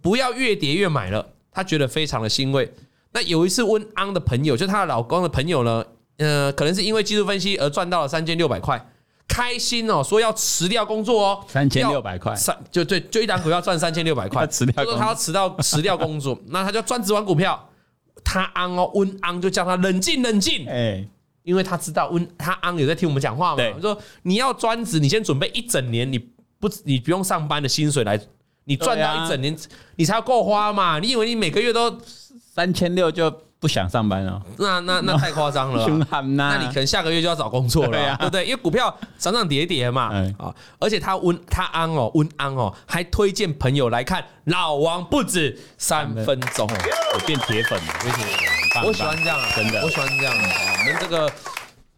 S2: 不要越跌越买了，他觉得非常的欣慰。那有一次温安的朋友，就她的老公的朋友呢，呃，可能是因为技术分析而赚到了三千六百块，开心哦，说要辞掉工作哦，
S4: 三千六百块
S2: 要三就对，就一档股票赚三千六
S4: [LAUGHS]
S2: 百块，
S4: 他辞掉
S2: 他说他要辞掉辞掉工
S4: [LAUGHS]
S2: 作，那他就专职玩股票。他昂哦，温昂就叫他冷静冷静，
S4: 哎，
S2: 因为他知道温他昂有在听我们讲话嘛
S4: 对，
S2: 说你要专职，你先准备一整年，你不你不用上班的薪水来，你赚
S4: 对
S2: 到
S4: 啊
S2: 一整年，你才要够花嘛。你以为你每个月都
S4: 三千六就不想上班了，
S2: 那那那太夸张了啊，
S4: [LAUGHS] 凶悍呐！
S2: 那你可能下个月就要找工作了
S4: 对
S2: 啊，
S4: 啊
S2: 对不对？因为股票涨涨跌跌嘛
S4: 哎，
S2: 啊，而且他温他安哦，温安哦，还推荐朋友来看《老王不止三分钟》哦。
S4: 我变铁粉了，为什么？
S2: 我喜欢这样啊，
S4: 真的
S2: 我喜欢这样啊。我们这个，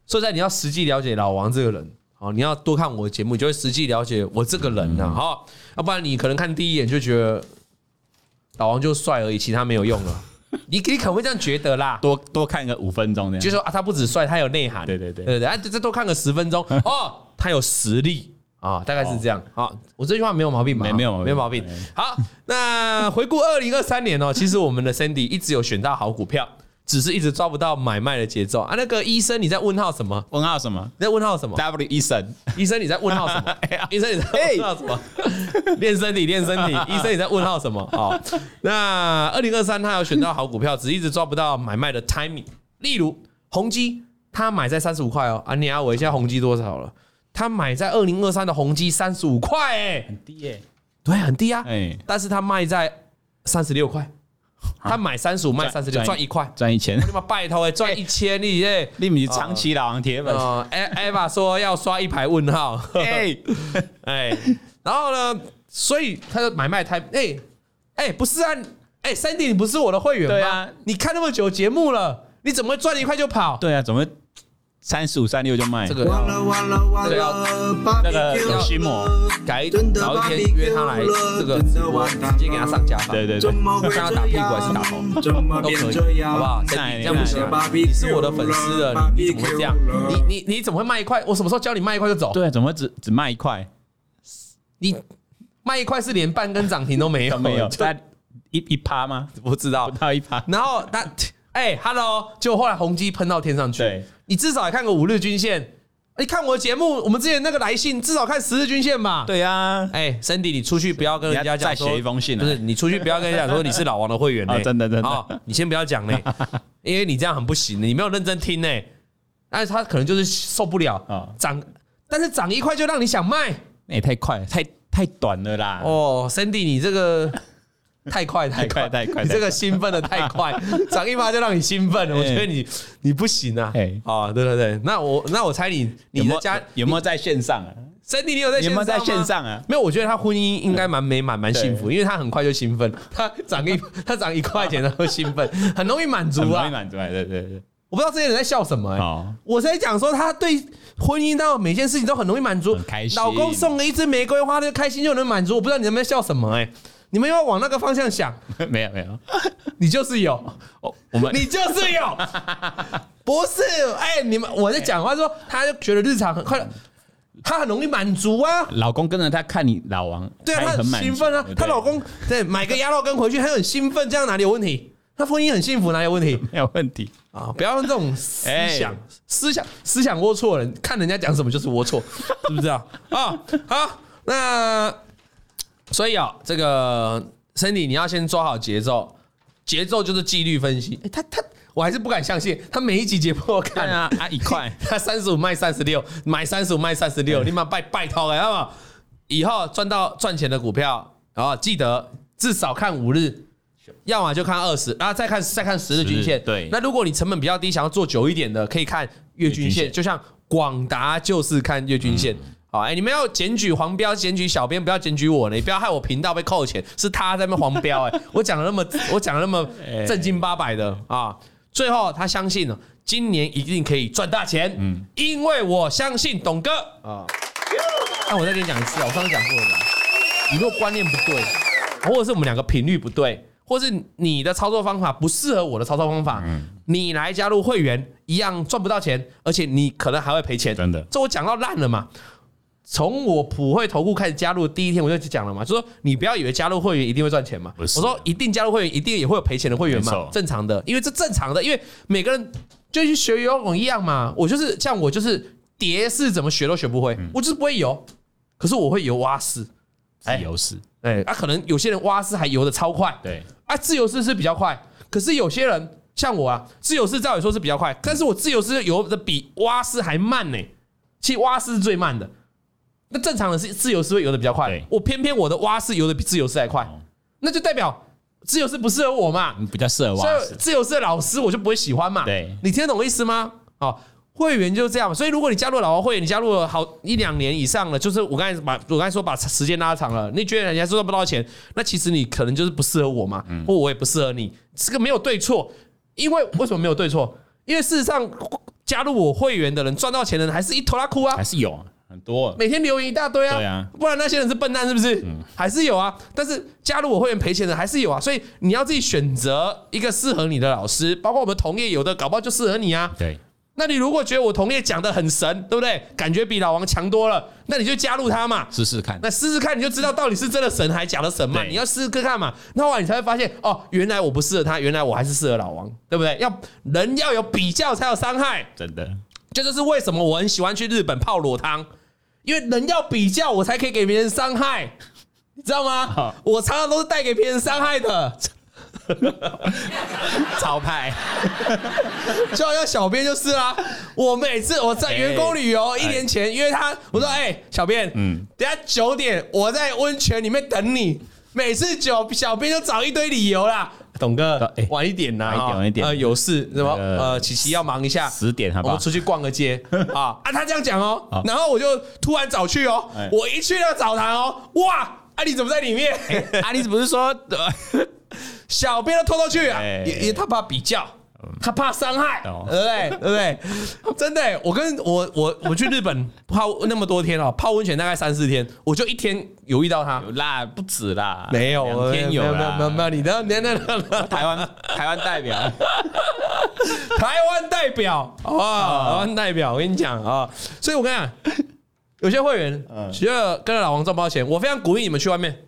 S2: 说实在，你要实际了解老王这个人，好，你要多看我的节目，你就会实际了解我这个人呐、啊，好，要不然你可能看第一眼就觉得老王就帅而已，其他没有用了。你你可能会这样觉得啦，
S4: 多多看个五分钟这样，
S2: 就说啊，他不止帅，他有内涵。
S4: 对对对
S2: 对对，啊，再多看个十
S4: [LAUGHS]
S2: 分钟哦，他有实力啊，大概是这样啊。我这句话没有毛病吧？
S4: 哦没没有毛病
S2: 没有毛病
S4: 哎。
S2: 好，那回顾二零二三年哦，其 [LAUGHS] 实我们的 Sandy 一直有选到好股票，只是一直抓不到买卖的节奏啊。那个医生你在问号什么？
S4: 问号什么
S2: 你在问号什么？
S4: ？W 医生，
S2: 医生你在问号什么
S4: [LAUGHS] 哎呀？哎
S2: 医生你在问号什么？练身体，练身
S4: [LAUGHS]
S2: 体。医生你在问号什么？好，那二零二三他有选到好股票，只是一直抓不到买卖的 timing。例如宏基，他买在三十五块哦，啊，你要我一下宏基多少了？他买在二零二三的宏基三十五块，哎，
S4: 很低耶，
S2: 对，很低啊，
S4: 哎，
S2: 但是他卖在三十六块，他买三十五卖三
S4: 赚
S2: 十六，
S4: 赚
S2: 赚一块，
S4: 赚一千。
S2: 他妈拜托哎，赚一千你哎。
S4: 你们是长期老王铁粉，
S2: 呃，e v a 说要刷一排问号，
S4: 哎，
S2: 哎，然后呢，所以他的买卖台，哎哎，不是啊，哎，Sandy，你不是我的会员吗？
S4: 对啊，
S2: 你看那么久节目了，你怎么会赚一块就跑？
S4: 对啊，怎么三十五三六就卖？
S2: 这个要
S5: 完了完
S2: 啊这个
S5: 了，
S4: 那个有心魔，
S2: 改早一天约他来这个直播，直接给他上架吧。
S4: 对对对
S5: 怎，么会
S2: 看他打屁股还是打头
S5: 怎么
S2: 都
S5: 变
S2: 可
S5: 这
S2: 以，
S5: 样？
S2: 好不好？
S4: 那
S2: Sandy，
S4: 也
S2: 这样不行啊，你是我的粉丝
S4: 哎
S2: 了，你你怎么会这样？你你你怎么会卖一块？我什么时候教你卖一块就走？
S4: 对啊，怎么只只卖一块？
S2: 你卖一块是连半根涨停都没有，
S4: 都没有，
S2: 就
S4: 大概一一趴吗？ [LAUGHS]
S2: 不知道
S4: 不。到一趴。
S2: 然后他哎，Hello，就后来宏基喷到天上去
S4: 对，
S2: 你至少也看个五日均线。你看我的节目，我们之前那个来信至少看十日均线吧。，
S4: 对啊，
S2: 哎，Cindy，你出去不要跟人家讲说，
S4: 你要再写一封信啊
S2: 不是你出去不要跟人家讲说你是老王的会
S4: [LAUGHS]
S2: 员呢、
S4: 哦真的真的
S2: 哦，你先不要讲呢，因为你这样很不行，你没有认真听呢。但是他可能就是受不了
S4: 哦
S2: 涨，但是涨一块就让你想卖
S4: 那哎也太快了，太太短了啦。
S2: 哦，Cindy，你这个。太快太快
S4: 太快太快
S2: 你这
S4: 太
S2: 个
S4: 快
S2: 兴奋的太
S4: [LAUGHS]
S2: 快，涨一发就让你兴奋了。我觉得你你不行啊
S4: 哎，
S2: 啊，对对对，那我那我猜你你
S4: 有没
S2: 的
S4: 有
S2: 家
S4: 有没有在线上啊？
S2: 身体你有在
S4: 有
S2: 线
S4: 没有
S2: 上
S4: 在
S2: 吗
S4: 线？上啊？
S2: 没有，我觉得他婚姻应该蛮美满、蛮幸福，因为他很快就兴
S4: [LAUGHS]
S2: 奋，他涨一他涨一块钱他就兴奋，很容易满足
S4: 很容易
S2: 啊。
S4: 满足啊，对对对， [LAUGHS]
S2: 我不知道这些人在笑什么、欸，
S4: 哦
S2: 我在讲说他对婚姻到每件事情都很容易满足
S4: 很，开心
S2: 老公送了一支玫瑰花，他就开心就能满足。我不知道你们在笑什么、欸，哎，你们要往那个方向想，
S4: 没有没有，
S2: 你就是有，
S4: [LAUGHS] 我我们
S2: 你就是有，不是？哎、你们我在讲话说，他就觉得日常很快乐，他很容易满足啊。
S4: 老公跟着他看你老王，
S2: 对啊，
S4: 他
S2: 她
S4: 也
S2: 很
S4: 很满足
S2: 兴奋啊
S4: 对，
S2: 她老公对买个鸭肉羹回去，她很兴奋，这样哪里有问题？她婚姻很幸福，哪里有问题
S4: 没有问题，
S2: 啊？不要用这种思想
S4: 哎、
S2: 思想、思想龌龊的人，看人家讲什么就是龌龊， [LAUGHS] 知不知道？啊，好，那所以啊，这个 Cindy，你要先抓好节奏，节奏就是纪律分析。哎，他他，我还是不敢相信，他每一集节目我看
S4: 看啊啊一块
S2: [LAUGHS] 他三十五卖三十六，买三十五卖三十
S4: 哎
S2: 六，你妈拜拜托了，好不好？以后赚到赚钱的股票，然后记得至少看五日，要么就看二十，然后再看再看十日均线。
S4: 10对
S2: 那如果你成本比较低，想要做久一点的，可以看月均
S4: 月均
S2: 线，
S4: 线
S2: 就像广达就是看月均线。好，哎，你们要检举黄标，检举小编，不要检举我呢，你不要害我频道被扣钱，是他在那边黄标， [LAUGHS] 哎，我讲的那么，我讲的那么正经八百的啊，最后他相信了，今年一定可以赚大钱，嗯，因为我相信董哥啊。那我再跟你讲一次啊，我上次讲过了，你如果观念不对，或者是我们两个频率不对，或是你的操作方法不适合我的操作方法，
S4: 嗯
S2: 你来加入会员一样赚不到钱，而且你可能还会赔钱。
S4: 真的
S2: 这我讲到烂了嘛。从我普惠投顾开始加入的第一天，我就讲了嘛，就说你不要以为加入会员一定会赚钱嘛。我
S4: 不是
S2: 说一定加入会员一定也会有赔钱的会员
S4: 没
S2: 嘛
S4: 错，
S2: 正常的，因为这正常的，因为每个人就去学游泳一样嘛。我就是像我就是蝶式怎么学都学不会，
S4: 嗯
S2: 我就是不会游，可是我会游蛙式。
S4: 自由式，
S2: 哎，啊，可能有些人蛙式还游的超快，
S4: 对，
S2: 啊，自由式是比较快，可是有些人像我啊，自由式照理说是比较
S4: 嗯
S2: 快，但是我自由式游的比蛙式还慢呢、其实蛙式是最慢的。那正常的是自由式会游的比较快
S4: 对，哦
S2: 我偏偏我的蛙式游的比自由式还快，那就代表自由式不适合我嘛。
S4: 嗯比较适合
S2: 所
S4: 蛙
S2: 以
S4: 式，
S2: 自由式的老师我就不会喜欢嘛。
S4: 对
S2: 你听得懂我意思吗？哦，会员就是这样嘛。所以如果你加入老王会员，你加入了好一两年以上了，就是我刚才把我刚才说把时间拉长了，你觉得人家赚不到钱，那其实你可能就是不适合我嘛，或我也不适合你，这个没有对错。因为为什么没有对错？因为事实上加入我会员的人赚到钱的人还是一头拉哭啊
S4: 还，是有很多，
S2: 每天留言一大堆啊，
S4: 对啊嗯
S2: 不然那些人是笨蛋是不是？还是有啊，但是加入我会员赔钱的还是有啊，所以你要自己选择一个适合你的老师，包括我们同业有的搞不好就适合你啊。
S4: 对，
S2: 那你如果觉得我同业讲的很神，对不对？感觉比老王强多了，那你就加入他嘛。
S4: 试试看
S2: 那，试试看，你就知道到底是真的神还假的神嘛。
S4: 对
S2: 你要试试看嘛，那后来你才会发现，哦，原来我不适合他，原来我还是适合老王，对不对？要人要有比较才有伤害。
S4: 真的， [LAUGHS]
S2: 这就是为什么我很喜欢去日本泡裸汤，因为人要比较，我才可以给别人伤害，你知道吗
S4: 好？
S2: 我常常都是带给别人伤害
S4: [LAUGHS]
S2: 的，
S4: 招牌，
S2: 就好像小编就是啊。我每次我在员工旅游一年前约他，我说：“哎，小编，嗯
S4: 哎嗯，
S2: 等下九点我在温泉里面等你。”每次九小编就找一堆理由啦，董哥
S4: 哎，
S2: 晚一点呐，
S4: 晚一点
S2: 哦
S4: 晚一点
S2: 呃，有事什么
S4: 那个
S2: 呃，琪琪要忙一下，
S4: 十点好不
S2: 我
S4: 好
S2: 们？出去逛个
S4: [LAUGHS]
S2: 街啊啊！他这样讲哦
S4: 好，
S2: 然后我就突然找去哦
S4: 哎，
S2: 我一去那个澡堂哦，哇！啊，你怎么在里
S4: [LAUGHS]
S2: 面？
S4: 啊，你不是说，呃
S2: 小编都偷偷去啊，
S4: 哎嗯
S2: 因因为他怕比较。他怕伤害，对
S4: 哦
S2: 不对？对不对？真的、我跟我我我去日本 [LAUGHS] 泡那么多天哦，泡温泉大概三四天，我就一天有遇到他，
S4: 啦，不止啦，
S2: 没有，
S4: 两天有
S2: 没有
S4: 啦，
S2: 没有 [LAUGHS] 没有，你那那那那
S4: 台湾台湾代表，
S2: [LAUGHS] 台湾代表啊，台湾代表，我跟你讲啊，所以我跟你讲，有些会员
S4: 嗯
S2: 觉得跟着老王赚不到钱，我非常鼓励你们去外面，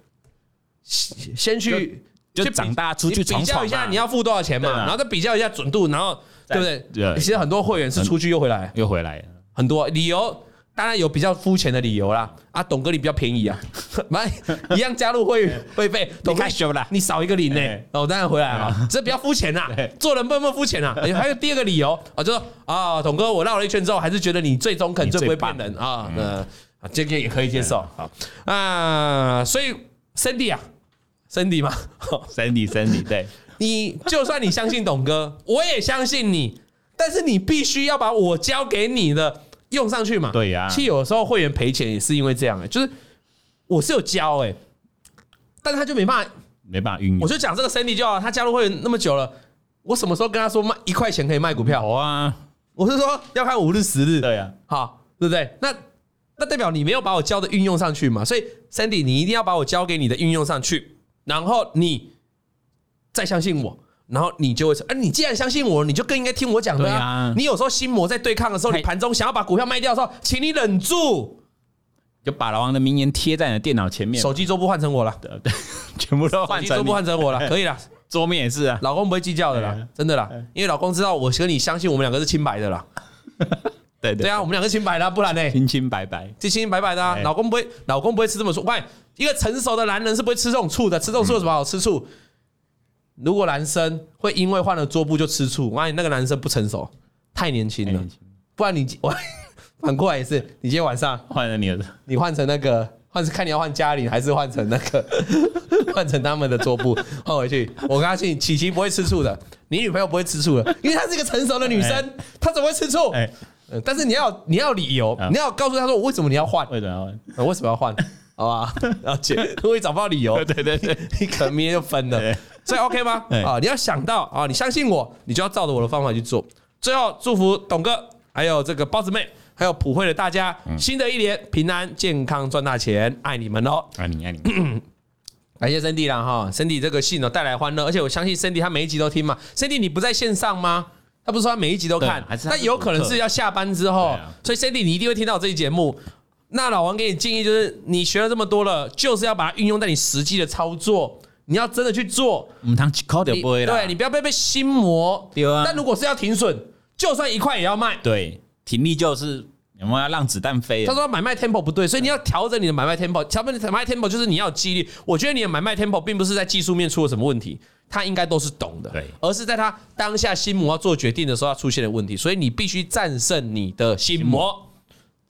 S2: 先先去
S4: 就
S2: 去比
S4: 长大出去
S2: 你
S4: 闯
S2: 比较
S4: 闯
S2: 一下
S4: 嘛
S2: 你要付多少钱嘛，
S4: 对啊
S2: 然后再比较一下准度，然后对
S4: 再
S2: 不对？
S4: 对
S2: 其实很多会员是出去又回来，
S4: 又回来了，
S2: 很多理由。当然有比较肤浅的理由啦，啊，董哥你比较便宜啊， [LAUGHS] 妈一样加入会会费，董哥
S4: 太羞啦
S2: 你少一个零呢、
S4: 哎
S2: 哦，当然回来啊，这比较肤 [LAUGHS] 浅呐
S4: 对，
S2: 做人不能那么肤 [LAUGHS] 浅呐。哎还有第二个理由啊，就说啊，董哥，我绕了一圈之后，还是觉得你最中肯、
S4: 你
S2: 最不
S4: 最
S2: 会骗人啊，那啊这个也可以接受
S4: 好
S2: 啊。所以 Cindy 啊，Cindy 嘛，
S4: ，Sandy Sandy，对，
S2: [LAUGHS] 你就算你相信董哥，我也相信你，但是你必须要把我教给你的用上去嘛。
S4: 对呀
S2: 其实有时候会员赔钱也是因为这样、欸，就是我是有教哎、欸但是他就没办法。
S4: 没办法运
S2: 我
S4: 用，
S2: 就讲这个 Sandy 就好，他加入会员那么久了，我什么时候跟他说卖一块钱可以卖股票？
S4: 好啊，
S2: 哦我是说要看五日十日，
S4: 对啊呀，
S2: 好，对不对？那那代表你没有把我教的运用上去嘛？所以 Sandy，你一定要把我教给你的运用上去，然后你再相信我，然后你就会说：哎、你既然相信我，你就更应该听我讲的、
S4: 对啊
S2: 你有时候心魔在对抗的时候，
S4: 太
S2: 你盘中想要把股票卖掉的时候，请你忍住，
S4: 就把老王的名言贴在你的电脑前面，
S2: 手机桌布换成我了，
S4: 呃对 [LAUGHS] 全部都
S2: 手
S4: 换
S2: 机
S4: 成
S2: 桌
S4: 你
S2: 布换成我 [LAUGHS] 了，可以了。
S4: 桌面也是啊，
S2: 老公不会计较的
S4: 对
S2: 啦
S4: 啊，
S2: 真的啦，因为老公知道我跟你相信我们两个是清白的啦。
S4: 对
S2: 对
S4: 对，
S2: 啊，我们两个清白的啊，不然呢？
S4: 清清白白，
S2: 清清白白的啊，
S4: 哎
S2: 老公不会，老公不会吃这么醋。喂，一个成熟的男人是不会吃这种醋的，吃这种醋有什么好吃醋？如果男生会因为换了桌布就吃醋，哇，你那个男生不成熟，太年轻了
S4: 哎。
S2: 不然你 [LAUGHS] 我反过来也是，你今天晚上
S4: 哎换了你的，
S2: 你换成那个，换成看你要换嘉玲还是换成那个， [LAUGHS] 换成他们的桌布换回去。我跟他信，琪琪不会吃醋的，你女朋友不会吃醋的，因为她是一个成熟的女
S4: 哎
S2: 生，她怎么会吃醋？
S4: 哎，
S2: 呃但是你要你要有理由
S4: 啊，
S2: 你要告诉她说为什么你要换，
S4: 为什么要换？
S2: 呃为什么要换，好吧？了解， [LAUGHS] 如果你找不到理由，
S4: [LAUGHS] 对对对，
S2: 你可能明天就分 [LAUGHS] 了
S4: 对，
S2: 所以 OK 吗？
S4: 对
S2: 啊，你要想到啊，你相信我，你就要照着我的方法去做。最后祝福董哥，还有这个包子妹，还有普惠的大家，新的一年平安健康赚大钱，爱你们哦！
S4: 爱你爱你，
S2: 感哎谢 Cindy 啦哈，Cindy 这个信哦带来欢乐，而且我相信 Cindy 他每一集都听嘛，Cindy 你不在线上吗？他不是说他每一集都看
S4: 对还，是他
S2: 但有可能啊是要下班之后
S4: 对啊，
S2: 所以 Cindy 你一定会听到这一节目。那老王给你建议就是，你学了这么多了，就是要把它运用在你实际的操作，你要真的去做，
S4: [COUGHS] 我们当考点
S2: 你
S4: 不会啦，
S2: 对你不要被被心魔。
S4: 对啊
S2: 但如果是要停损，就算一块也要卖，
S4: 对，挺力就是有没有要让子弹飞
S2: 他
S4: 啊？
S2: 说买卖 tempo 不对，所以你要调整你的买卖 tempo。调整你的买卖 tempo 就是你要有纪律。我觉得你的买卖 tempo 并不是在技术面出了什么问题，他应该都是懂的，
S4: 对
S2: 而是在他当下心魔要做决定的时候要出现的问题。所以你必须战胜你的心魔，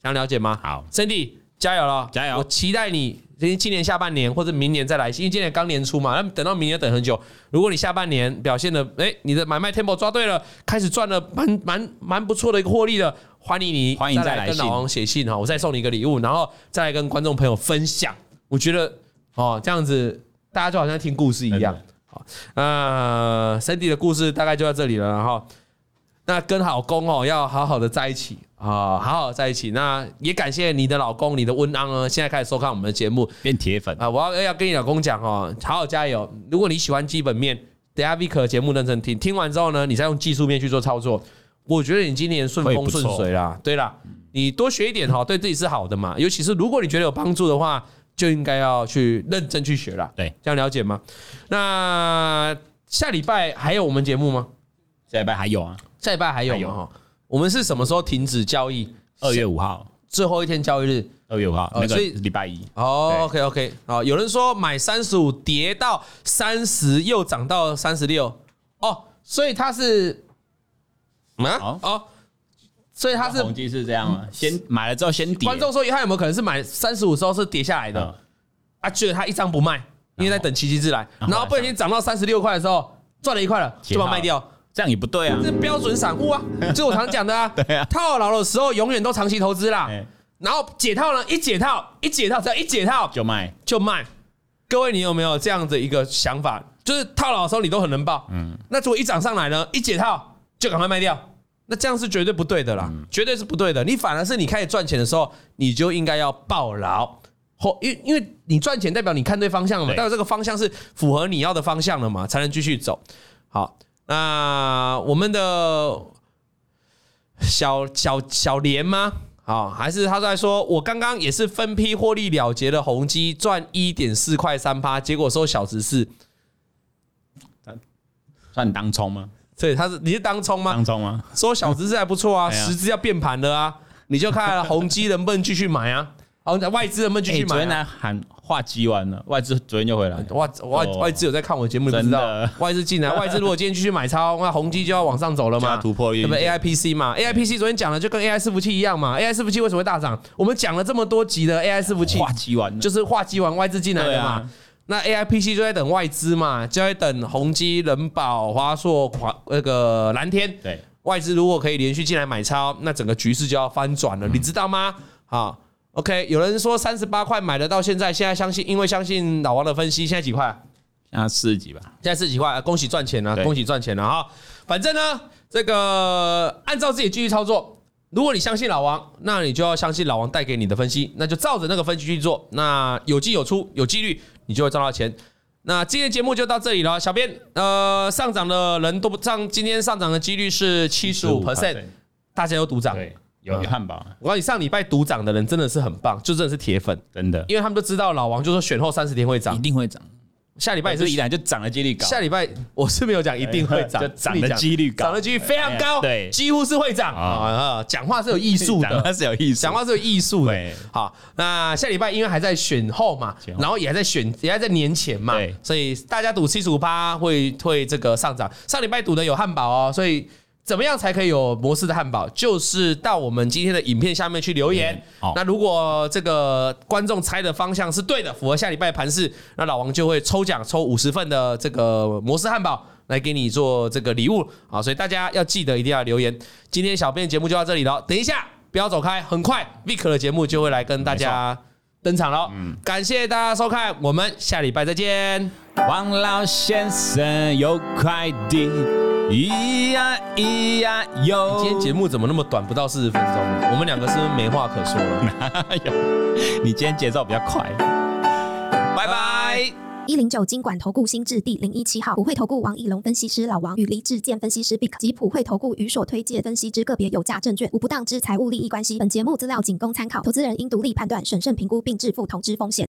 S2: 想了解吗？
S4: 好
S2: ，Cindy 加油了，
S4: 加油
S2: 我期待你。今年下半年或者明年再来，因为今年刚年初嘛，那等到明年等很久。如果你下半年表现的，哎、你的买卖 tempo 抓对了，开始赚了蛮蛮蛮不错的一个获利了，欢迎你
S4: 欢迎再来
S2: 跟
S4: 信
S2: 老王写信哈，我再送你一个礼物，然后再来跟观众朋友分享。我觉得哦，这样子大家就好像听故事一样。好，那 Cindy 的故事大概就到这里了，然后那跟老公哦要好好的在一起啊、好好地在一起。那也感谢你的老公，你的温安哦呢，现在开始收看我们的节目
S4: 变铁粉，
S2: 啊、我要要跟你老公讲哦，好好加油。如果你喜欢基本面，等一下 Vick 的节目认真听，听完之后呢，你再用技术面去做操作。我觉得你今年顺
S4: 会
S2: 风
S4: 不错
S2: 顺水啦，对啦，你多学一点哈，对自己是好的嘛。尤其是如果你觉得有帮助的话，就应该要去认真去学啦。
S4: 对，
S2: 这样了解吗？那下礼拜还有我们节目吗？
S4: 下礼拜还有啊，
S2: 下礼拜还有
S4: 还有
S2: 吗？哈，哦我们是什么时候停止交易？
S4: 二月五号，
S2: 最后一天交易日。
S4: 二月五号
S2: 哦
S4: 那个
S2: 所以
S4: 礼拜一，
S2: 哦、o k OK，好，有人说买三十五跌到三十，又涨到三十六，哦，所以它是，啊
S4: 哦
S2: 哦，所以它是嗯
S4: 统计是这样吗？先买了之后先跌，
S2: 观众说他有没有可能是买三十五时候是跌下来的、
S4: 嗯
S2: 啊？觉得他一张不卖，因为在等奇迹之来，
S4: 然
S2: 然
S4: 后
S2: 后不小心涨到三十六块的时候赚了一块了，就把它卖掉。
S4: 这样也不对啊
S2: 这，是标准散
S4: [LAUGHS]
S2: 户啊，这我常讲的啊。
S4: 对啊
S2: 套牢的时候永远都长期投资啦。
S4: 哎
S2: 然后解套呢，一解套，一解套，只要一解套
S4: 就卖，
S2: 就卖。各位，你有没有这样的一个想法？就是套牢的时候你都很能爆，嗯，那如果一涨上来呢，一解套就赶快卖掉，那这样是绝对不对的啦，绝对是不对的。你反而是你开始赚钱的时候，你就应该要抱牢。后，因为因为你赚钱代表你看对方向了嘛，
S4: 对
S2: 代表这个方向是符合你要的方向了嘛，才能继续走。好，那我们的小小小莲吗？好，还是他在说，我刚刚也是分批获利了结的宏基，赚一点四块三趴，结果收小十四，
S4: 算当冲吗？
S2: 所以他是你是当冲吗？
S4: 当冲吗？
S2: 收小十四还不错啊，
S4: 哎呀
S2: 十只要变盘了啊，你就看宏基能不能继续买啊，哦，外资能不能继
S4: 哎，
S2: 续
S4: 昨
S2: 买
S4: 天
S2: 啊、
S4: 呢喊话击完了，外资昨天就回来，
S2: 外外
S4: 哦
S2: 外资有在看我节目，你不知
S4: 真
S2: 道啊
S4: 的
S2: 外资进来，外资如果今天继续买超，那宏基就要往上走了
S4: 就 [LAUGHS]
S2: 嘛，
S4: 要突破月
S2: 对
S4: 线
S2: 不对？AIPC 嘛，AIPC 昨天讲了，就跟 AI 伺服器一样嘛，AI 伺服器为什么会大涨？我们讲了这么多集的 AI 伺服器，
S4: 话击完了
S2: 就是化基完外资进来的嘛。
S4: 对啊
S2: 那 AIPC 就在等外资嘛，就在等宏基、人保、华硕、华呃那个蓝天。
S4: 对，
S2: 外资如果可以连续进来买超，那整个局势就要翻转
S4: 嗯
S2: 了，你知道吗？好，OK，有人说三十八块买的，到现在，现在相信，因为相信老王的分析，现在几块啊？
S4: 那四十几吧，
S2: 现在四十几块，啊恭喜赚钱了、
S4: 对
S2: 恭喜赚钱了、哈！反正呢，这个按照自己继续操作。如果你相信老王，那你就要相信老王带给你的分析，那就照着那个分析去做。那有进有出，有纪律，你就会赚到钱。那今天节目就到这里了，小编，呃，上涨的人都不上，今天上涨的几率是七十五 percent，大家都独涨。
S4: 对，有有汉堡，啊
S2: 我告诉你，上礼拜独涨的人真的是很棒，就真的是铁粉，
S4: 真的
S2: 因为他们都知道老王就说选后三十天会
S4: 一
S2: 涨，
S4: 定会涨，
S2: 下礼拜也
S4: 这
S2: 是
S4: 依然就涨的几率高，
S2: 下礼拜我是没有讲一定会涨，
S4: [LAUGHS] 就涨的
S2: 是你讲
S4: 几率高
S2: 涨的几率非常高，
S4: 哎对
S2: 几乎是会涨啊。啊讲话是有艺术
S4: [LAUGHS] 涨那
S2: 的，
S4: 是有意思，
S2: 讲话是有艺术的
S4: 对。
S2: 好，那下礼拜因为还在选后嘛
S4: 选，后
S2: 然后也还在选，也还在年前嘛
S4: 对，
S2: 所以大家赌七十五趴会会这个上涨。上礼拜赌的有汉堡哦，所以。怎么样才可以有摩斯的汉堡？就是到我们今天的影片下面去留言
S4: 嗯。好
S2: 那如果这个观众猜的方向是对的，符合下礼拜盘势，那老王就会抽奖抽五十份的这个摩斯汉堡来给你做这个礼物啊！所以大家要记得一定要留言。今天小编节目就到这里了，等一下不要走开，很快 Vick 的节目就会来跟大家登场了。感谢大家收看，我们下礼拜再见。
S4: 王老先生有快递，咿呀咿呀哟。
S2: 今天
S4: [LAUGHS]
S2: 节目怎么那么短，不到四十分钟呢？我们两个是不是没话可说了？
S4: 你今天节奏比较快。
S2: 拜拜。
S5: 一零九金管投顾新置第零一七号，普惠投顾王以龙分析师，老王与黎志健分析师 Bic 及普惠投顾与所推介分析之个别有价证券无不当之财务利益关系。本节目资料仅供参考，投资人应独立判断、审慎评估并自负投资风险。